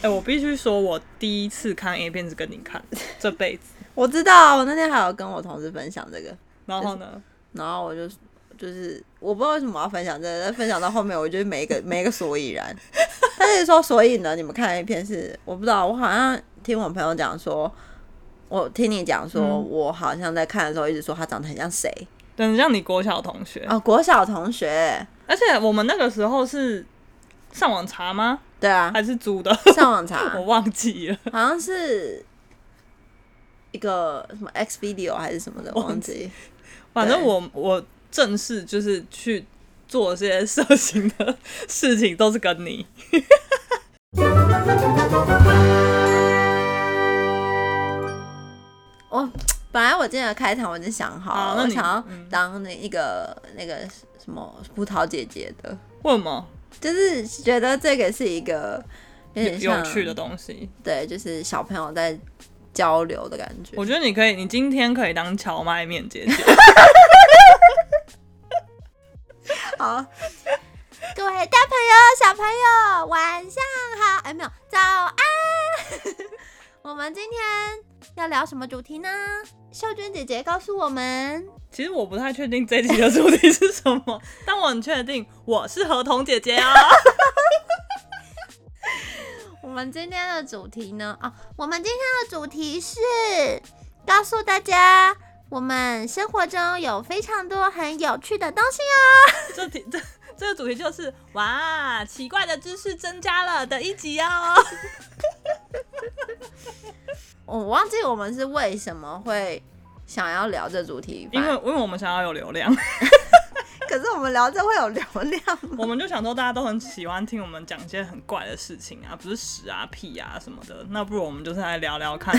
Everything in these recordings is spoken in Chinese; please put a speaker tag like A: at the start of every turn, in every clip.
A: 哎、我必须说，我第一次看 A 片是跟你看，这辈子。
B: 我知道，我那天还有跟我同事分享这个，
A: 然后 呢？
B: 然后我就就是我不知道为什么要分享这个，但分享到后面我就是没一个 没一个所以然。但是说所以呢，你们看 A 片是我不知道，我好像听我朋友讲说，我听你讲说，
A: 嗯
B: 我好像在看的时候一直说他长得很像谁
A: 等像你国小同学，
B: 啊、哦国小同学，
A: 而且我们那个时候是上网查吗？
B: 对啊，
A: 还是租的？
B: 上网查
A: 我忘记了。
B: 好像是一个什么 X Video 还是什么的，
A: 忘
B: 忘记。
A: 反正我我正式就是去做这些色情的事情，都是跟你。
B: 我本来我今天的开场我已经想好
A: 好
B: 了，
A: 那
B: 我
A: 你
B: 想要
A: 嗯
B: 当那一个、那个什么葡萄姐姐的，
A: 为什么
B: 就是觉得这个是一个有
A: 有
B: 点像
A: 有趣的，东西？
B: 对，就是小朋友在交流的感觉。
A: 我觉得你可以，你今天可以当荞麦面姐姐。
B: 好， 各位大朋友、小朋友，晚上好，哎，没有，早安。 我们今天要聊什么主题呢？秀娟姐姐告诉我们，
A: 其实我不太确定这集的主题是什么，但我很确定我是合同姐姐啊。
B: 我们今天的主题呢？啊，我们今天的主题是告诉大家，我们生活中有非常多很有趣的东西哦
A: 这题这这个主题就是哇，奇怪的知识增加了的一集哦。
B: 哦。我忘记我们是为什么会想要聊这主题，
A: 因为因为我们想要有流量，
B: 可是我们聊这会有流量 吗？
A: 我们就想说大家都很喜欢听我们讲一些很怪的事情啊，不是屎啊屁啊什么的。那不如我们就是来聊聊 看，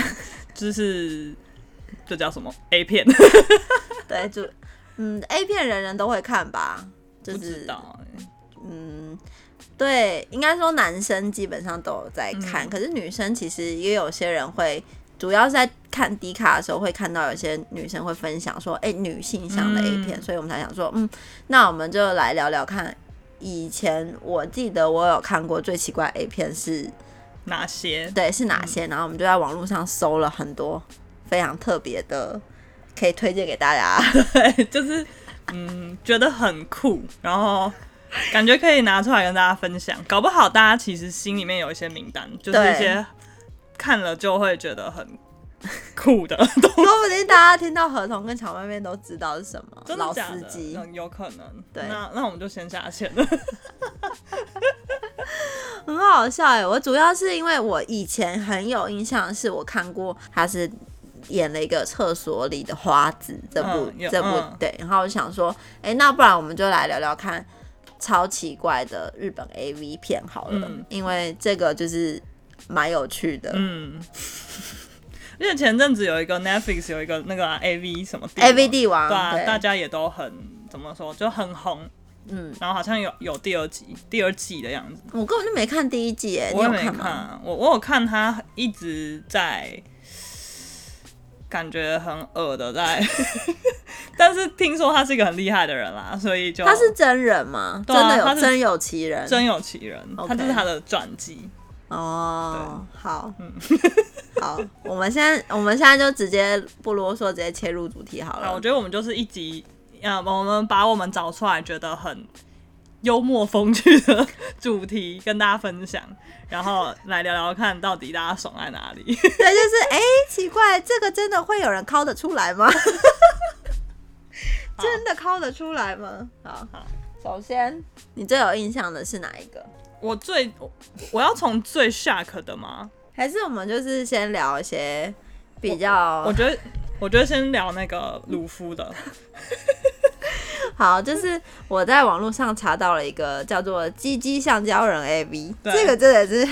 A: 就是这叫什么 A 片？
B: 对，就嗯，A 片人人都会看吧，就
A: 不知
B: 是
A: 道欸。
B: 嗯，对，应该说男生基本上都有在
A: 嗯
B: 看，可是女生其实也有些人会，主要是在看迪卡的时候会看到有些女生会分享说，哎、女性向的 A 片，
A: 嗯
B: 所以我们才想说，嗯，那我们就来聊聊看。以前我记得我有看过最奇怪的 A 片是，
A: 哪些？
B: 对是哪
A: 嗯
B: 些？然后我们就在网络上搜了很多非常特别的，可以推荐给大家。
A: 对，就是嗯，觉得很酷，然后感觉可以拿出来跟大家分享。搞不好大家其实心里面有一些名单，就是
B: 对
A: 一些看了就会觉得很酷的 东西。
B: 说不定大家听到合同跟荞麦面都知道是什么，
A: 真
B: 老
A: 的假
B: 司
A: 的？
B: 机。
A: 嗯有可能。
B: 对
A: 那那我们就先下线了。
B: 很好笑哎、我主要是因为我以前很有印象，是我看过他是演了一个厕所里的花子这部、
A: 嗯有
B: 这部、
A: 嗯
B: 对，然后我想说，哎、那不然我们就来聊聊看超奇怪的日本 A V 片好了，
A: 嗯
B: 因为这个就是蛮有趣的。
A: 嗯。 因为前阵子有一个 Netflix 有一个那个啊、A V 什么
B: A V
A: 帝
B: 帝王，
A: 王对啊，
B: 对
A: 大家也都很怎么说，就很红，
B: 嗯，
A: 然后好像有有第二集、第二季的样子。
B: 我根本就没看第一季哎、你
A: 我也
B: 有
A: 没
B: 吗？
A: 看，我我有看他一直在，感觉很恶的 在，但是听说他是一个很厉害的人啦，所以就
B: 他是真人吗？
A: 对啊
B: 真的
A: 他
B: 有
A: 是
B: 真有其人，
A: 真有其人
B: OK
A: 他就是他的传记。
B: 哦，好，嗯，好，我们现在我们现在就直接不啰嗦，直接切入主题好了。
A: 好，我觉得我们就是一集，呃，我们把我们找出来觉得很幽默风趣的主题跟大家分享，然后来聊聊看到底大家爽在哪里。
B: 对，就是哎、诶奇怪，这个真的会有人敲得出来 吗？真的敲得出来吗？好，
A: 好
B: 首先你最有印象的是哪一个？
A: 我最我我要从最 shock 的吗？
B: 还是我们就是先聊一些比较
A: 我觉得，我觉得先聊那个鲁夫的，
B: 好，就是我在网络上查到了一个叫做“鸡鸡橡胶人 A V”，
A: 对
B: 这个真的是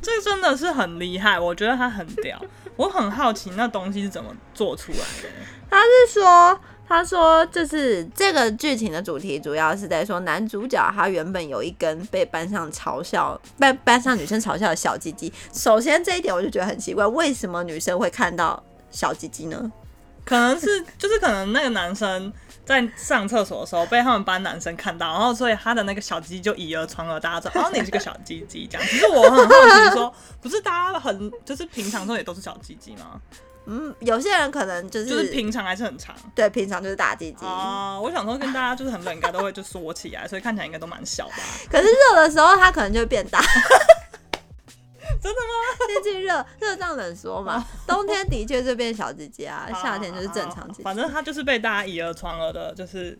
A: 这个真的是很厉害，我觉得他很屌。我很好奇那东西是怎么做出来的。
B: 他是说，他说就是这个剧情的主题主要是在说男主角他原本有一根被班上嘲笑、被班上女生嘲笑的小鸡鸡。首先这一点我就觉得很奇怪，为什么女生会看到小鸡鸡呢？
A: 可能是就是可能那个男生在上厕所的时候被他们班男生看到，然后所以他的那个小鸡就以讹传讹，大家说哦你是个小鸡鸡这样。其实我很好奇说，不是大家很就是平常时候也都是小鸡鸡吗？
B: 嗯，有些人可能就是
A: 就是平常还是很长
B: 对平常就是大鸡鸡，
A: 啊、我想说跟大家就是很冷，应该都会就缩起来，所以看起来应该都蛮小的啊、
B: 可是热的时候它可能就会变大。
A: 真的吗？
B: 天气热，热胀冷缩嘛。冬天的确就变小鸡鸡啊，夏天就是正常鸡鸡
A: 啊反。正他就是被大家以讹传讹的，就是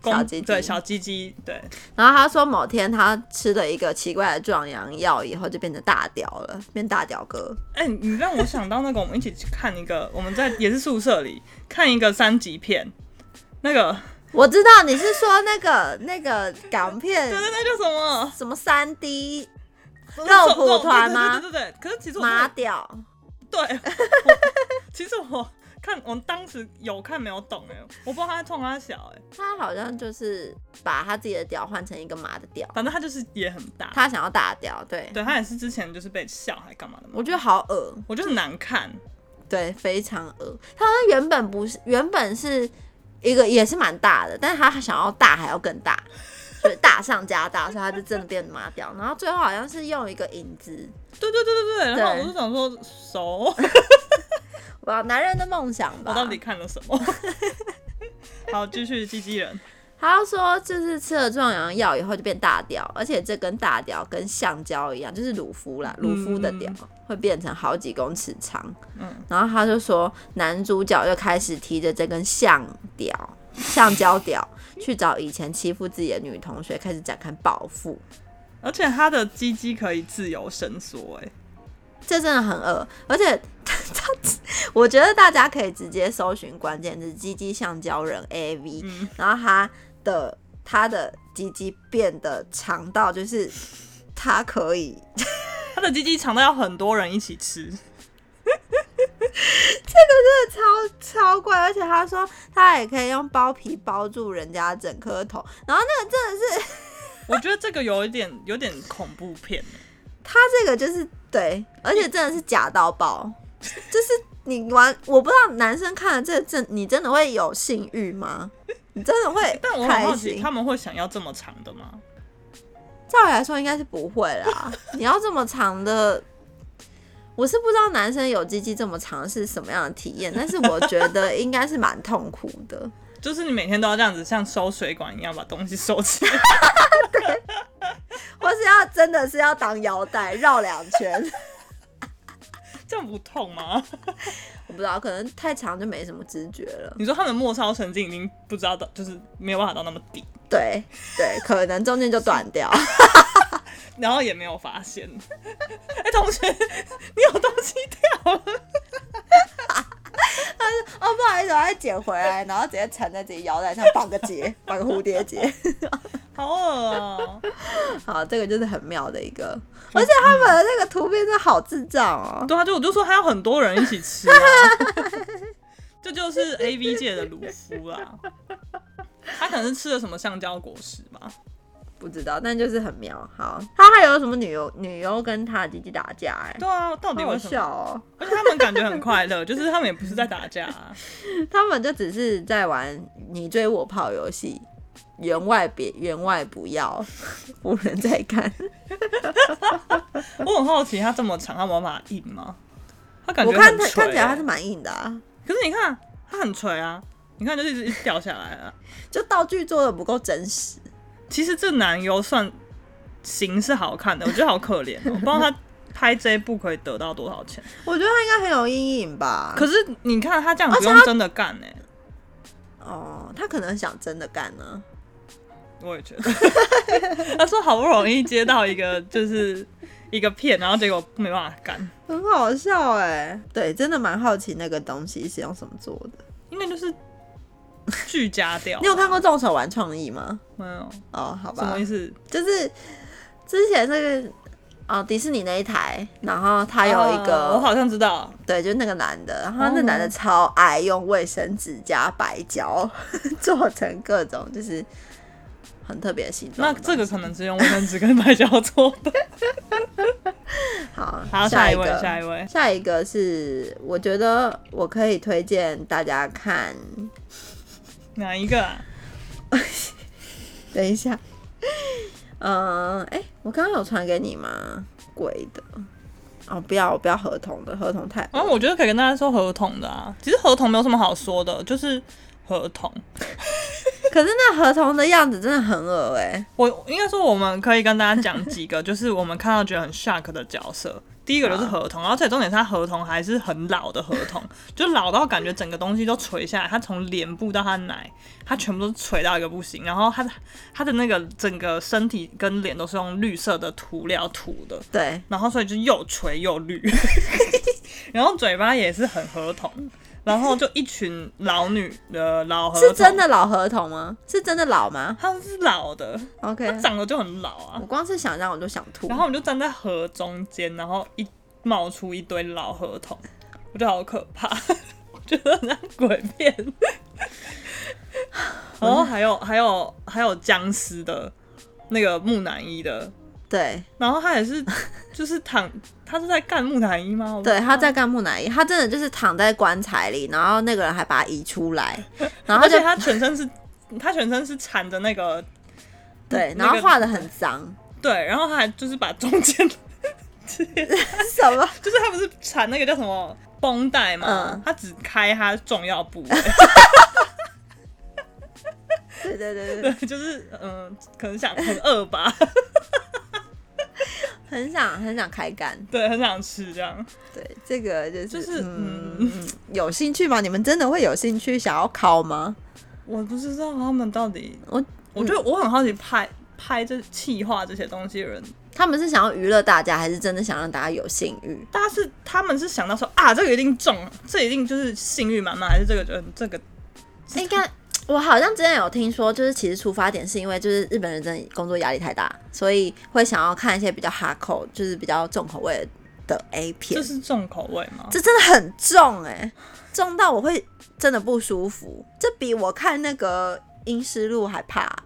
A: 公
B: 小鸡鸡
A: 对小鸡鸡，对，
B: 然后他说某天他吃了一个奇怪的壮阳药以后，就变成大屌了，变大屌哥。
A: 哎、你让我想到那个，我们一起去看一个，我们在也是宿舍里看一个三级片，那个
B: 我知道你是说那个那个港片
A: 对对，那叫什么
B: 什么三 D
A: 肉
B: 肉蒲团吗
A: 对对对对对，可是其实我真
B: 麻
A: 的
B: 屌，
A: 对， 我其实我看我当时有看没有懂哎、我不知道他在冲他小哎、
B: 他好像就是把他自己的屌换成一个麻的屌，
A: 反正他就是也很大，
B: 他想要大屌，对。
A: 对他也是之前就是被笑还干嘛的嘛，
B: 我觉得好恶，
A: 我就很难看，
B: 对，非常恶。他好像原本不是，原本是一个也是蛮大的，但是他想要大还要更大，所以大上加大，所以他就真的变麻掉。然后最后好像是用一个引子，
A: 对对对对对，然后
B: 对
A: 我就想说熟。
B: 我要男人的梦想吧。
A: 我到底看了什么？ 好，继续鸡鸡人，
B: 他说就是吃了壮阳药以后就变大屌，而且这根大屌跟橡胶一样，就是乳夫啦，乳夫的屌、会变成好几公尺长。
A: 嗯
B: 然后他就说男主角就开始提着这根橡屌、 橡胶屌去找以前欺负自己的女同学，开始展开报复。
A: 而且他的鸡鸡可以自由伸缩，哎，
B: 这真的很恶，而且 他我觉得大家可以直接搜寻关键字“鸡鸡橡胶人 AV”，、
A: 嗯
B: 然后他的他的鸡鸡变得长到就是他可以，
A: 他的鸡鸡长到要很多人一起吃，
B: 超超怪，而且他说他也可以用包皮包住人家整颗头，然后那个真的是
A: 我觉得这个有一点有点恐怖片，欸
B: 他这个就是对，而且真的是假到爆，就是你玩我不知道男生看了这这你真的会有性欲吗？你真的会
A: 但我很
B: 开
A: 好奇
B: 心？
A: 他们会想要这么长的吗？
B: 照理来说应该是不会啦。 你要这么长的，我是不知道男生有鸡鸡这么长是什么样的体验，但是我觉得应该是蛮痛苦的。
A: 就是你每天都要这样子，像收水管一样把东西收起来，
B: 或是要真的是要当腰带绕两圈，
A: 这样不痛吗？
B: 我不知道，可能太长就没什么知觉了。
A: 你说他们末梢神经已经不知道到，就是没有办法到那么低，
B: 对对，可能中间就断 掉。
A: 然后也没有发现。 哎、同学， 你有东西掉了。
B: 哦，不好意思，我再捡回来，然后直接缠在自己腰带上绑个 结，绑个蝴蝶结。
A: 好恶哦、
B: 好，这个就是很妙的一个，而且他们的那个图片真的好智障哦。
A: 对啊，就我就说还有很多人一起吃啊，这就是 A V 界的鲁夫啦。他可能是吃了什么橡胶果实吧？
B: 不知道，但就是很妙。好，他还有什么女优女优跟他的弟弟打架、欸？
A: 对啊，到底
B: 哎，
A: 为
B: 好
A: 什么？
B: 笑哦！
A: 而且他们感觉很快乐，就是他们也不是在打架、啊，
B: 他们就只是在玩你追我跑游戏，员外别员外不要， 无人在看。
A: 我很好奇他这么长，他没办法硬吗？他 感觉
B: 我看
A: 很
B: 他
A: 垂、
B: 看起来他
A: 欸
B: 是蛮硬的啊，
A: 可是你看他很垂啊，你看就是一直一直掉下来啊。
B: 就道具做的不够真实。
A: 其实这男优算型是好看的，我觉得好可怜、哦，不知道他拍这一部可以得到多少钱。啊
B: 我觉得他应该很有阴影吧。
A: 可是你看他这样不用真的干哎、
B: 哦，他可能想真的干啊呢、
A: 我也觉得。 他说好不容易接到一个就是一个片，然后结果没办法干，
B: 很好笑哎、对，真的蛮好奇那个东西是用什么做的。
A: 应该就是聚焦掉。
B: 你有看过动手玩创意吗？
A: 没有？
B: 哦，好
A: 啊
B: 吧，
A: 什么意思？
B: 就是之前那个哦迪士尼那一台，然后他有一个、
A: 啊我好像知道，
B: 对，就是那个男的，然后
A: 哦
B: 那男的超爱用卫生纸加白胶 做成各种就是很特别的形状
A: 那
B: 的东西。
A: 这个可能是用卫生纸跟白胶做 的。
B: 好，
A: 好，
B: 下
A: 下一位，
B: 个
A: 下一位。
B: 下一个是我觉得我可以推荐大家看
A: 哪一个啊？
B: 等一下， 嗯，哎、我刚刚有传给你吗？贵的，哦，不要，我不要合同的，合同太
A: 然后我觉得可以跟大家说合同的啊，其实合同没有什么好说的，就是合同。
B: 可是那合同的样子真的很恶哎、
A: 我应该说我们可以跟大家讲几个， 就是我们看到觉得很 shock 的角色。第一个就是合同，而且重点是它合同还是很老的合同，就老到感觉整个东西都垂下来，它从脸部到它奶，它全部都垂到一个不行。然后它的它的那个整个身体跟脸都是用绿色的涂料涂的，
B: 对，
A: 然后所以就又垂又绿， 然后嘴巴也是很合同，然后就一群老女呃老合同，
B: 是真，的老合同吗？是真的老吗
A: 他们是老的，
B: ？OK，
A: 他长得就很老啊
B: 我。光是想让我就想吐。
A: 然后我们就站在河中间，然后一冒出一堆老河童，我觉得好可怕，我觉得很像鬼片。然后还有还有还有僵尸的那个木乃伊的，
B: 对
A: 然后他也是就是躺，他是在干木乃伊吗？我不
B: 对，
A: 知
B: 他
A: 道
B: 在干木乃伊，他真的就是躺在棺材里，然后那个人还把他移出 来，然后
A: 而
B: 就
A: 且他全身是，他全身是缠着那个
B: 对，
A: 那
B: 然后
A: 个
B: 画的很 脏，
A: 对，然后他还就是把中间，
B: 什么？
A: 就是他不是缠那个叫什么绷带嘛，
B: 嗯
A: 他只开他重要部位。
B: 对对对对，
A: 就是嗯、可能想很饿吧，
B: 很想很想开干。
A: 对，很想吃这样。
B: 对，这个就是
A: 就是
B: 嗯有兴趣吗？你们真的会有兴趣想要考吗？
A: 我不知道他们到底，
B: 我
A: 我觉得我很好奇拍拍这气化这些东西的人，
B: 他们是想要娱乐大家，还是真的想让大家有性欲？
A: 大家是他们是想到说啊，这个一定中，这一定就是性欲满满，还是这个人这个
B: 应该。我好像之前有听说，就是其实出发点是因为就是日本人真的工作压力太大，所以会想要看一些比较哈口，就是比较重口味的 A 片。
A: 这是重口味吗？
B: 这真的很重哎、重到我会真的不舒服，这比我看那个《阴尸路》还怕、欸。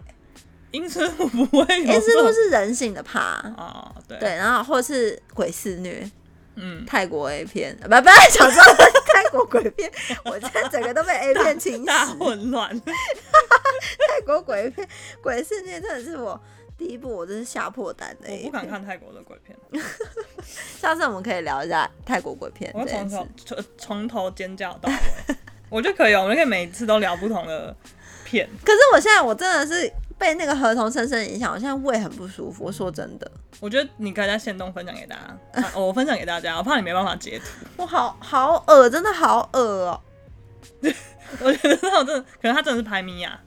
A: 因此我不会有
B: 阴尸
A: 这
B: 路
A: 种
B: 是人性的怕，
A: 啊，对
B: 对，然后或者是鬼肆虐，
A: 嗯，
B: 泰国 A 片，呃不不要想说 泰国鬼片，我现在整个都被 A 片侵
A: 大
B: 蚀。
A: 混乱。
B: 泰国鬼片、鬼肆虐真的是我第一部，我真是吓破胆的
A: 我
B: A
A: 不敢
B: 片。
A: 看泰国的鬼片，
B: 下次我们可以聊一下泰国鬼片
A: 我要
B: 这件
A: 从头。
B: 事
A: 从从头尖叫到尾，我觉得可以哦，我们可以每一次都聊不同的片。
B: 可是我现在我真的是被那个合同深深影响，我现在胃很不舒服。我说真的，
A: 我觉得你可以在线动分享给大家、啊我分享给大家，我怕你没办法截图。
B: 我好好恶，真的好恶哦、
A: 我觉得那我真的，可能他真的是排米亚，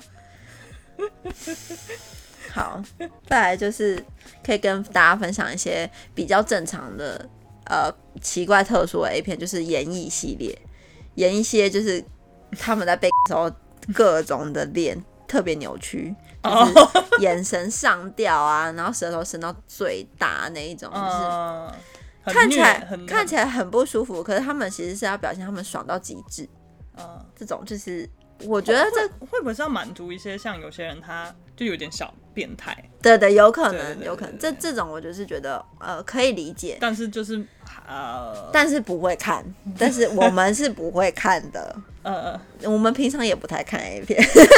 B: 好，再来就是可以跟大家分享一些比较正常的呃奇怪特殊的 A 片，就是演艺系列。演艺系列就是他们在背 的时候各种的脸特别扭曲，
A: 哦
B: 就是眼神上吊啊，然后舌头伸到最大那一种，就是
A: 嗯，很
B: 看起来
A: 虐很
B: 看起来很不舒服。可是他们其实是要表现他们爽到极致，
A: 来，嗯，
B: 这种就是我觉得这
A: 会不会是要满足一些像有些人他就有点小变态，
B: 对对，有可
A: 对对
B: 能，
A: 对
B: 有可能。
A: 对
B: 这
A: 对
B: 这种我就是觉得，呃，可以理解，
A: 但是就是呃
B: 但是不会 看，但是我们是不会看的，
A: 呃，
B: 我们平常也不太看 A 片， 就是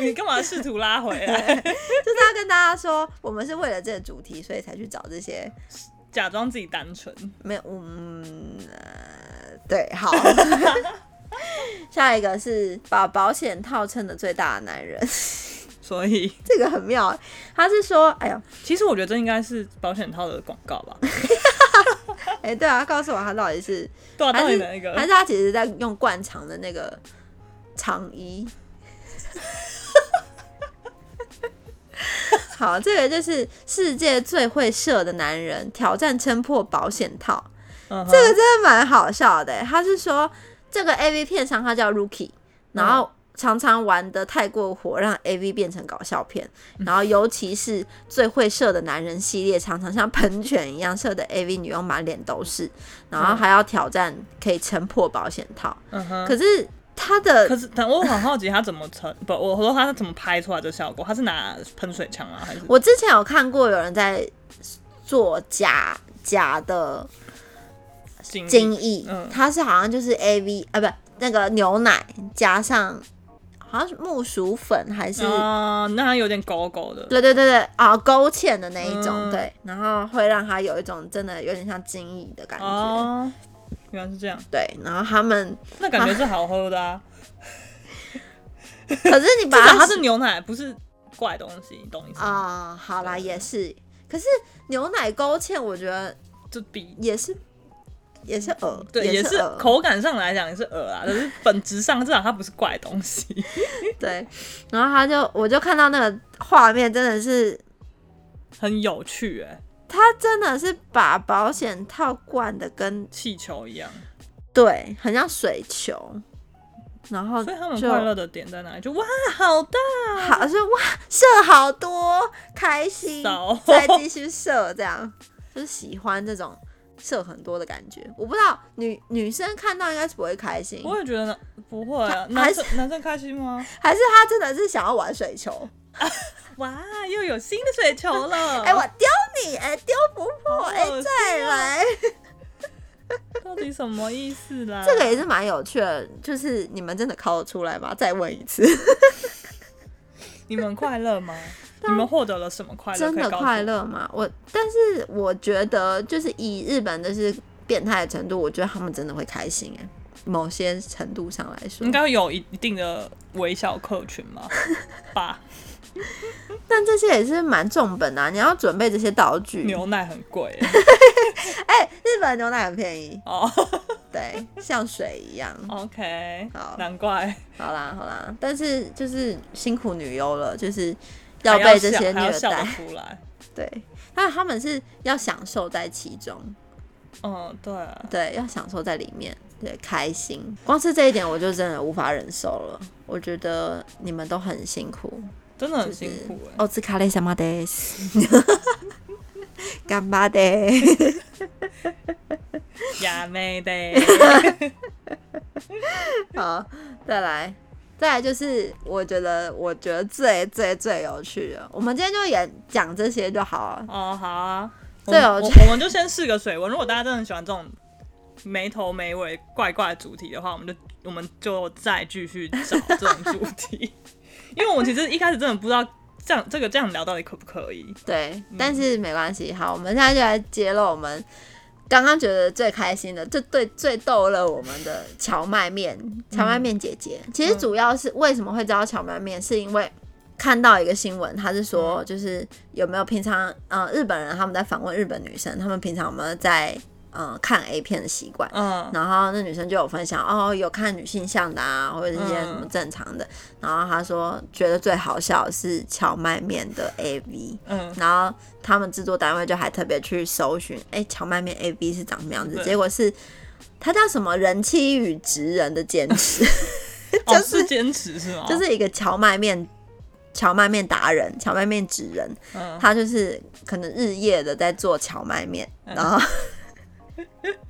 A: 你干嘛试图拉回来，
B: 要跟大家说，我们是为了这个主题，所以才去找这些
A: 假装自己单纯？
B: 没有，嗯，呃、对，好。下一个是把保险套撑得最大的男人，
A: 所以
B: 这个很妙。他是说，哎呦，
A: 其实我觉得这应该是保险套的广告吧，
B: 哎、对啊，告诉我他到底是
A: 对啊，
B: 还
A: 到
B: 是
A: 底哪一个
B: 还？是他其实在用灌肠的那个肠衣。 好，这个就是世界最会射的男人挑战撑破保险套，
A: 嗯哼
B: 这个真的蛮好笑的。欸他是说这个 A V 片商他叫 Rookie，然
A: 嗯
B: 后常常玩的太过火，让 A V 变成搞笑片，
A: 嗯
B: 然后尤其是最会射的男人系列，常常像喷泉一样射的 A V 女优满脸都是，然后还要挑战可以撑破保险套，
A: 嗯哼。
B: 可是他的
A: 可是，但我很好奇他怎么成不？我说他怎么拍出来的效果？他是拿喷水枪吗？还是
B: 我之前有看过有人在做假假的
A: 精
B: 精液
A: 嗯，
B: 它是好像就是 A V 啊，不，那个牛奶加上好像是木薯粉还是、
A: 啊、那它有点狗狗的，
B: 对对对对啊勾芡的那一种，
A: 嗯
B: 对，然后会让它有一种真的有点像精益的感觉，
A: 哦，原来是这样，
B: 对，然后他们
A: 那感觉是好喝的啊，
B: 可是
A: 至
B: 你把
A: 少
B: 它
A: 它是牛奶，不是怪东西，你懂意思吗？
B: 啊、好啦，也是，可是牛奶勾芡我觉得
A: 就比
B: 也是也是鹅，
A: 对也
B: 是
A: 是
B: 鹅，
A: 口感上来讲也是饵啊，但是本质上至少它不是怪东西。
B: 对，然后他就我就看到那个画面真的是
A: 很有趣哎、
B: 他真的是把保险套灌的跟
A: 气球一样。
B: 对，很像水球，然后
A: 所以他们
B: 哦就
A: 快乐的点在哪里？就哇，好大
B: 好是哇射好多，开心，
A: 少
B: 再继续射，这样就是喜欢这种射很多的感觉。我不知道女女生看到应该是不会开心，
A: 我也觉得呢不会啊，
B: 还
A: 男生男生开心 吗？
B: 还是她真的是想要玩水球？
A: 哦哇，又有新的水球了！
B: 哎、我丢你，哎、丢不破，
A: 好
B: 哎、
A: 恶心
B: 再
A: 啊
B: 来。
A: 到底什么意思啦？
B: 这个也是蛮有趣的，就是你们真的考得出来吗？再问一次，
A: 你们快乐吗？你们获得了什么快乐？
B: 真
A: 可以
B: 的
A: 告诉
B: 快
A: 我。
B: 乐吗？我，但是我觉得就是以日本就是变态的程度，我觉得他们真的会开心哎，某些程度上来说
A: 应，该有一定的微笑客群 嘛？吧，
B: 但这些也是蛮重本的、啊，你要准备这些道具。
A: 牛奶很贵 欸、
B: 哎、日本牛奶很便宜，
A: 哦。
B: 对，像水一样。
A: OK，
B: 好
A: 难怪
B: 好啦好啦，但是就是辛苦女优了，就是
A: 还
B: 要
A: 要
B: 被这
A: 笑
B: 些
A: 还要
B: 虐
A: 笑得
B: 待。
A: 出来。
B: 对，那他们是要享受在其中，
A: 嗯，对啊，
B: 对，要享受在里面，对，开心。光是这一点我就真的无法忍受了。我觉得你们都很辛苦，
A: 真的很
B: 就是
A: 辛苦哎、
B: 哦，斯卡雷什么的， 干巴的。
A: 亚美的，
B: 好，再来，再来就是我觉得，我觉得最最最有趣的，我们今天就演讲这些就好了。
A: 哦，好啊，我
B: 对
A: 们
B: 我
A: 我我们就先试个水温。如果大家真的很喜欢这种没头没尾、怪怪的主题的话，我们就我们就再继续找这种主题， 因为我们其实一开始真的不知道这样这个这样聊到底可不可以。
B: 对，但是没关系。好，我们现在就来揭露我们刚刚觉得最开心的，最最最逗乐我们的荞麦面，荞麦面姐姐。其实主要是为什么会知道荞麦面，是因为。看到一个新闻，他是说，就是有没有平常，呃，日本人他们在访问日本女生，他们平常有没有在，呃，看 A 片的习惯？
A: 嗯，
B: 然后那女生就有分享哦，有看女性向的啊，或者是一些什么正常的。然后她说觉得最好笑的是荞麦面的 AV，
A: 嗯，
B: 然后他们制作单位就还特别去搜寻，哎，荞麦面 AV 是长什么样子？
A: 对
B: 结果是它叫什么“人妻与职人的坚持
A: 哦，
B: 是
A: 是坚持是吗？”，
B: 就是一个荞麦面。荞麦面达人，荞麦面职人，
A: 嗯，
B: 他就是可能日夜的在做荞麦面，
A: 嗯
B: 然后，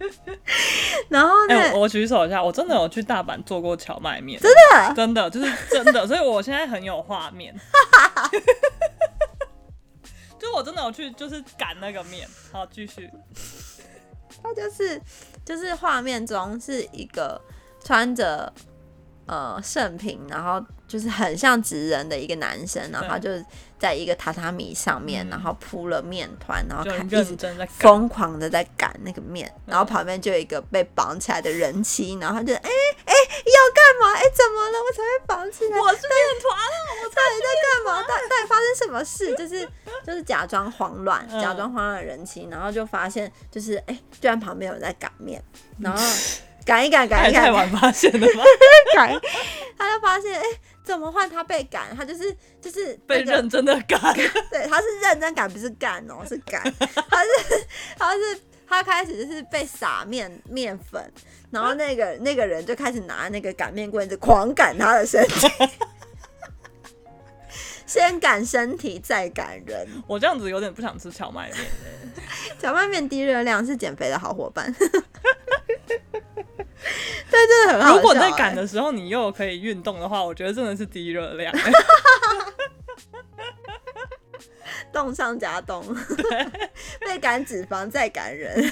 B: 然后呢？
A: 哎、我我举手一下，我真的有去大阪做过荞麦面，真
B: 的
A: 真的就是真的，所以我现在很有画 面。就我真的有去，就是擀那个面。好，继续。
B: 他就是就是画面中是一个穿着呃盛平，然后就是很像职人的一个男生，然后他就在一个榻榻米上面，
A: 嗯
B: 然后铺了面团，然后
A: 就
B: 看
A: 很
B: 一直
A: 认真在嗯干。
B: 疯狂的在擀那个面，然后旁边就有一个被绑起来的人妻，然后他就哎哎、要干嘛？哎、怎么了？我才被绑起来？
A: 我是面团啊，
B: 我到底在 干嘛？到到底发生什么事？就是就是假装慌乱，
A: 嗯
B: 假装慌乱的人妻，然后就发现就是哎、居然旁边有人在擀面，
A: 嗯
B: 然后擀 一擀，擀
A: 太
B: 一
A: 太
B: 擀，
A: 晚发现了 吧？
B: 擀，他就发现哎、怎么换他被擀？他就是就是
A: 被
B: 那个
A: 认真的 擀。
B: 对，他是认真擀，不是干哦，是擀， 他是他是他开始就是被撒面面粉，然后那个那个人就开始拿那个擀面棍子狂擀他的身体， 先擀身体再擀人。
A: 我这样子有点不想吃荞麦面了。
B: 荞麦面低热量是减肥的好伙伴， 对，真的很好笑、
A: 如果在擀
B: 欸
A: 的时候你又可以运动的话，我觉得真的是低热 量。
B: 冻上加冻， 被赶脂肪 再赶人。他是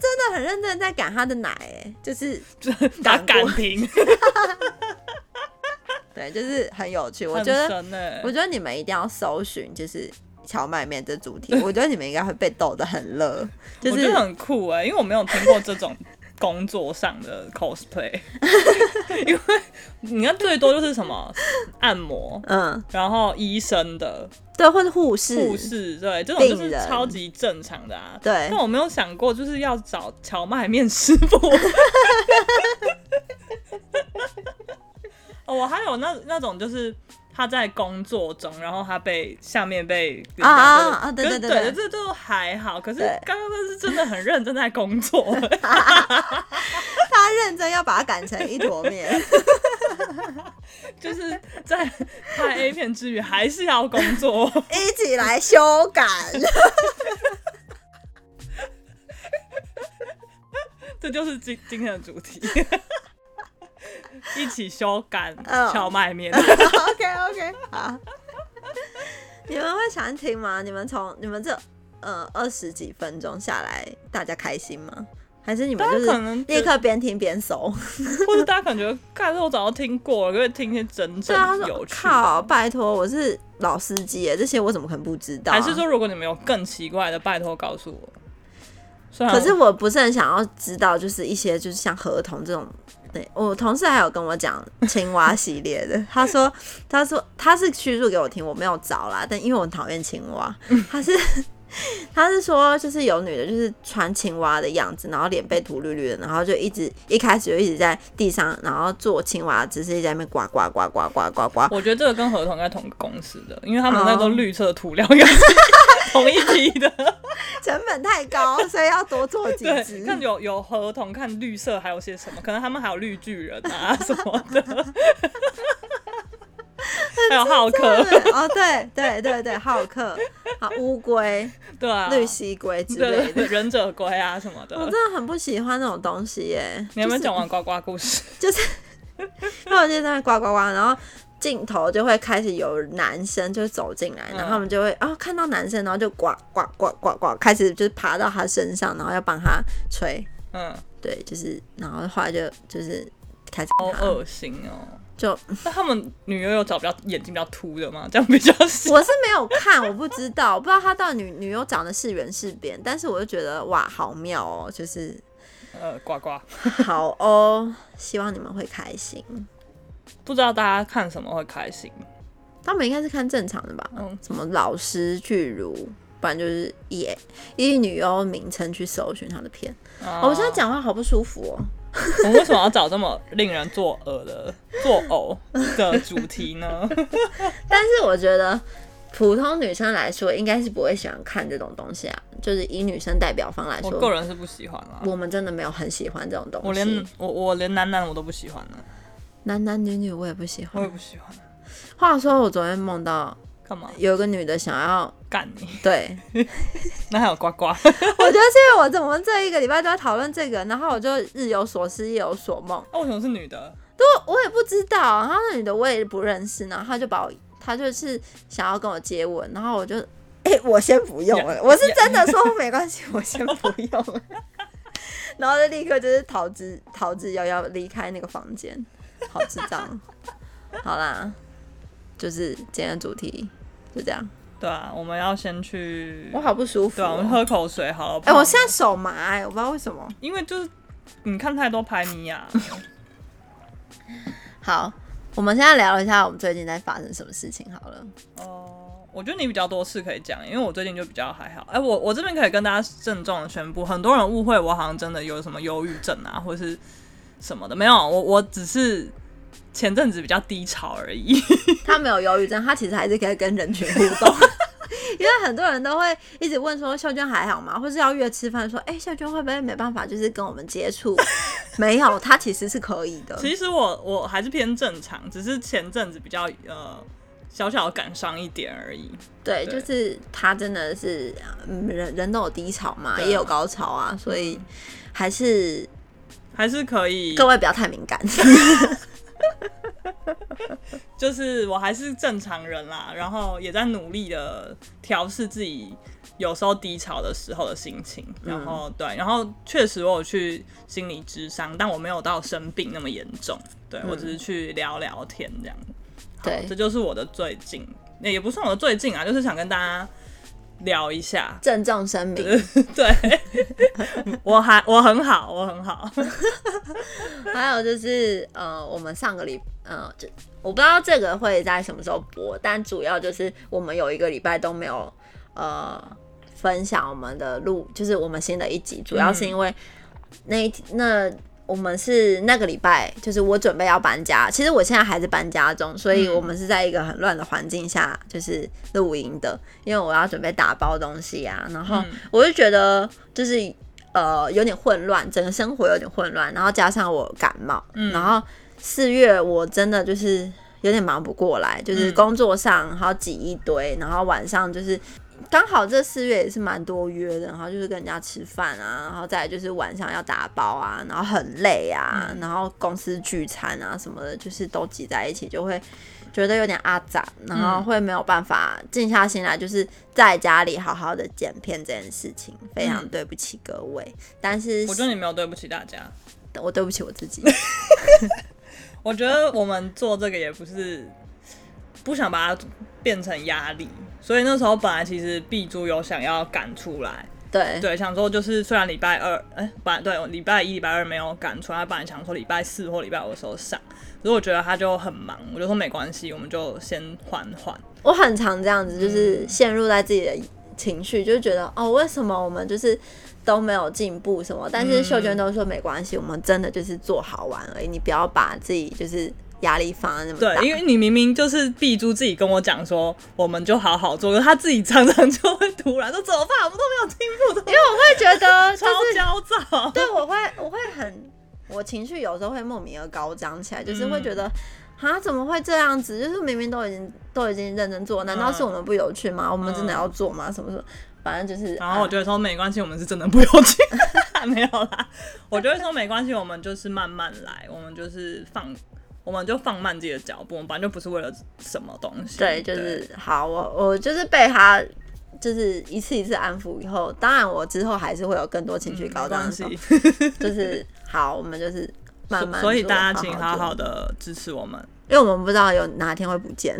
B: 真的很认真在赶他的奶、欸，哎，就是
A: 打
B: 赶
A: 感
B: 过
A: 评，
B: 对，就是很有趣。我
A: 很
B: 觉得
A: 神欸呢。
B: 我觉得你们一定要搜寻，就是荞麦面这 主题，我觉得你们应该会被逗得很乐，就
A: 我
B: 是
A: 觉得很酷哎、因为我没有听过这种工作上的 cosplay，因为你看最多就是什么按摩，
B: 嗯，
A: 然后医生的
B: 对，或者护士，
A: 护士，对，这种就
B: 病
A: 是
B: 人
A: 超级正常的啊。
B: 对
A: 但我没有想过就是要找荞麦面师傅。 哦，我还有那那种就是。他在工作中，然后他被下面被
B: 啊啊啊啊
A: 可
B: 对
A: 是
B: 对对
A: 对
B: 对
A: 这都还好。可是
B: 对
A: 刚刚那是真的很认真在工作，
B: 他认真要把它擀成一坨面，
A: 就是在拍 A 片之余还是要工作。
B: 一起来修改。
A: 这就是今今天的主题， 一起修改
B: 嗯
A: 荞麦面。
B: OK OK，好。你们会想听吗？你们从你们这呃二十几分钟下来，大家开心吗？还是你们
A: 大家
B: 就是
A: 可能觉
B: 立
A: 得
B: 刻边听边搜？
A: 或者大家可能觉得，干，这我早就听过了，可以听一些真
B: 对啊，
A: 正
B: 他
A: 有
B: 说
A: 趣的。
B: 靠，拜托，我是老司机耶，这些我怎么可能不知道
A: 还
B: 啊、
A: 是说，如果你们有更奇怪的，拜托告诉我。虽然
B: 可是我不是很想要知道，就是一些就是像合同这种。对我同事还有跟我讲青蛙系列的，他说他说他是叙述给我听，我没有找啦，但因为我很讨厌青蛙，他是他是说就是有女的，就是穿青蛙的样子，然后脸被涂绿绿的，然后就一直一开始就一直在地上，然后做青蛙，只是一直在那边呱呱呱呱呱呱呱，
A: 我觉得这个跟合同应该同个公司的，因为他们那
B: 哦
A: 都绿色涂料应该是同一批 的。
B: 成本太高，所以要多做几只
A: 对，。看有有合同，看绿色还有些什么，可能他们还有绿巨人啊什么 的，还有浩克，
B: 对哦，对对对对，浩克、好乌龟、
A: 对啊，
B: 绿蜥龟之类
A: 对
B: 的，
A: 对忍者龟啊什么的。
B: 我真的很不喜欢那种东西耶。
A: 你有没有讲完呱呱故事？
B: 就是？就是，因为我就在那呱呱呱，然后镜头就会开始有男生就走进来，
A: 嗯
B: 然后他们就会啊、哦、看到男生，然后就呱呱呱呱呱，开始就是爬到他身上，然后要帮他吹，
A: 嗯，
B: 对，就是，然后后来就就是开始
A: 好
B: 他
A: 恶心哦。
B: 就
A: 那他们女优有找比较眼睛比较凸的吗？这样比较像。
B: 我是没有看，我不知道，我不知道她到底女女优长得是圆是扁，但是我就觉得哇，好妙哦，就是
A: 呃，呱呱，
B: 好哦，希望你们会开心。
A: 不知道大家看什么会开心？
B: 他们应该是看正常的吧？
A: 嗯，
B: 什么老师巨乳，不然就是以以女优名称去搜寻她的片。
A: 啊
B: 哦我现在，讲话好不舒服哦。
A: 我们为什么要找这么令人作呕的作呕的主题 呢？
B: 但是我觉得普通女生来说，应该是不会喜欢看这种东西啊。就是以女生代表方来
A: 我
B: 说，
A: 个人是不喜欢啦，
B: 我们真的没有很喜欢这种东西。
A: 我连我我连男男我都不喜欢呢，
B: 男男女女我也不喜
A: 我也
B: 欢。
A: 不喜欢。
B: 话说我昨天梦到
A: 干嘛
B: 有一个女的想要
A: 干你？
B: 对
A: 那还有呱 呱，
B: 我觉得是因为我怎么这一个礼拜都在讨论这个，然后我就日有所思夜有所梦，
A: 那为什么是女的？
B: 我我也不知道，然后那女的我也不认识，然后她就把我，她就是想要跟我接吻，然后我就， 哎、我先不用了，
A: 呀
B: 我是真的说没关系，我先不用了，然后就立刻就是逃之逃之夭夭离开那个房间，好智障，好啦，就是今天的主题就这样，
A: 对啊，我们要先去
B: 我，好不舒服、
A: 对啊，我们
B: 哦，
A: 喝口水好了。不
B: 哎、
A: 然
B: 我现在手麻、哎，我不知道为什么。
A: 因为就是你看太多排尼亚，
B: 好，我们现在聊一下我们最近在发生什么事情好了。
A: 哦，我觉得你比较多事可以讲，因为我最近就比较还好。哎、我我这边可以跟大家郑重的宣布，很多人误会我好像真的有什么忧郁症啊，或是什么的，没有，我我只是前阵子比较低潮而已。
B: 他没有忧郁症，他其实还是可以跟人群互动。 因为很多人都会一直问说秀娟还好吗，或是要约吃饭说，哎、秀娟会不会没办法，就是跟我们接触？没有，她其实是可以的。
A: 其实我我还是偏正常，只是前阵子比较呃小小的感伤一点而已。
B: 对，
A: 对
B: 就是她真的是，嗯，人人都有低潮嘛，
A: 对啊
B: 也有高潮啊，所以
A: 嗯
B: 还是
A: 还是可以
B: 各位不要太敏感。
A: 就是我还是正常人啦，然后也在努力的调试自己有时候低潮的时候的心情，然后对，然后确实我有去心理智商，但我没有到生病那么严重，对我只是去聊聊天这样。
B: 对
A: 这，就是我的最近，那也不算我的最近啊，就是想跟大家聊一下。
B: 郑重声明，
A: 对， 我还我很好，我很好。
B: 还有就是，呃，我们上个礼，呃，就我不知道这个会在什么时候播，但主要就是我们有一个礼拜都没有，呃，分享我们的录，就是我们新的一集，主要是因为那一那我们是那个礼拜，就是我准备要搬家，其实我现在还是搬家中，所以我们是在一个很乱的环境下，就是录音的，因为我要准备打包东西啊，然后
A: 嗯
B: 我就觉得就是呃有点混乱，整个生活有点混乱，然后加上我感冒，然后四月我真的就是有点忙不过来，就是
A: 嗯
B: 工作上然后挤一堆，然后晚上就是刚好这四月也是蛮多约的，然后就是跟人家吃饭啊，然后再来就是晚上要打包啊，然后很累啊，然后公司聚餐啊什么的，就是都挤在一起，就会觉得有点阿杂，然后
A: 嗯
B: 会没有办法静下心来，就是在家里好好的剪片这件事情，非常
A: 嗯
B: 对不起各位，但是
A: 我觉得你没有对不起大家，
B: 我对不起我 自己，
A: 我觉得我们做这个也不是不想把它变成压力，所以那时候本来其实 B 猪有想要赶出来，
B: 对
A: 对，想说就是虽然礼拜二，哎、本来对我礼拜一、礼拜二没有赶出来，本来想说礼拜四或礼拜五的时候上，可是我觉得他就很忙，我就说没关系，我们就先缓缓。
B: 我很常这样子，
A: 嗯
B: 就是陷入在自己的情绪，就觉得哦，为什么我们就是都没有进步什么？但是秀娟都说没关系，我们真的就是做好玩而已，你不要把自己就是压力放在那么大。
A: 对，因为你明明就是碧珠自己跟我讲说，我们就好好做，可是他自己常常就会突然说怎么办， 我们都没有进步，怎么
B: 因为我会觉得就
A: 超
B: 是
A: 焦躁。
B: 对，我会我会很，我情绪有时候会莫名而高涨起来，就是会觉得。
A: 嗯
B: 啊，怎么会这样子？就是明明都已经都已经认真做，
A: 嗯
B: 难道是我们不有趣吗？我们真的要做吗？什么什么，反正就是。
A: 然后我
B: 啊
A: 就会说没关系，我们是真的不用进， 没有啦。我就会说没关系，我们就是慢慢来，我们就是放，我们就放慢自己的脚步，我们本来就不是为了什么东西。
B: 对，就是好，我我就是被他就是一次一次安抚以后，当然我之后还是会有更多情绪
A: 嗯没
B: 高涨
A: 关
B: 的时
A: 系
B: 候，。就是 好，我们就是慢慢 做，
A: 所以大家请
B: 好
A: 好
B: 做
A: 好，的支持我们，
B: 因为我们不知道有哪天会不见，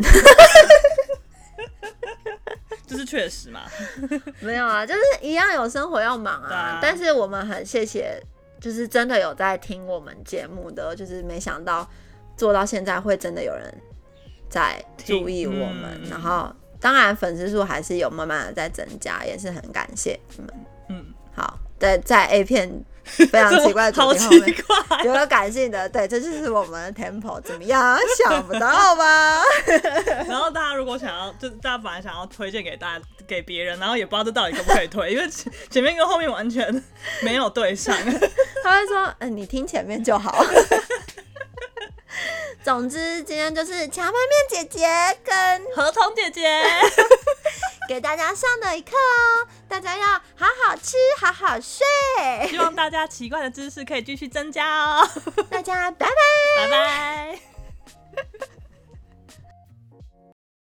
A: 这是确实嘛。
B: 没有啊，就是一样有生活要忙
A: 对
B: 啊
A: 啊，
B: 但是我们很谢谢，就是真的有在听我们节目的，就是没想到做到现在会真的有人在注意我们，
A: 听嗯
B: 然后当然粉丝数还是有慢慢的在增加，也是很感谢你们。
A: 嗯，
B: 好，在在 A 片非常奇怪的主
A: 好
B: 题后
A: 奇
B: 面，
A: 怪。
B: 有了感性的，对，这就是我们的 tempo，怎么样？想不到吧？
A: 然后大家如果想要，就是大家本来想要推荐给大家给别人，然后也不知道这到底可不可以推，因为前前面跟后面完全没有对 上。
B: 他会说：“嗯、你听前面就好。” 总之，今天就是荞麦面姐姐跟
A: 合同姐姐，
B: 给大家上的一课哦，大家要好好吃，好好睡，
A: 希望大家奇怪 的知识可以继续增加哦。
B: 大家拜拜。
A: 拜拜。